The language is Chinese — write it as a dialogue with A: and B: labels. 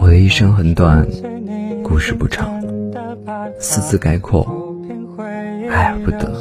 A: 我的一生很短，故事不长，私自概括，爱而不得。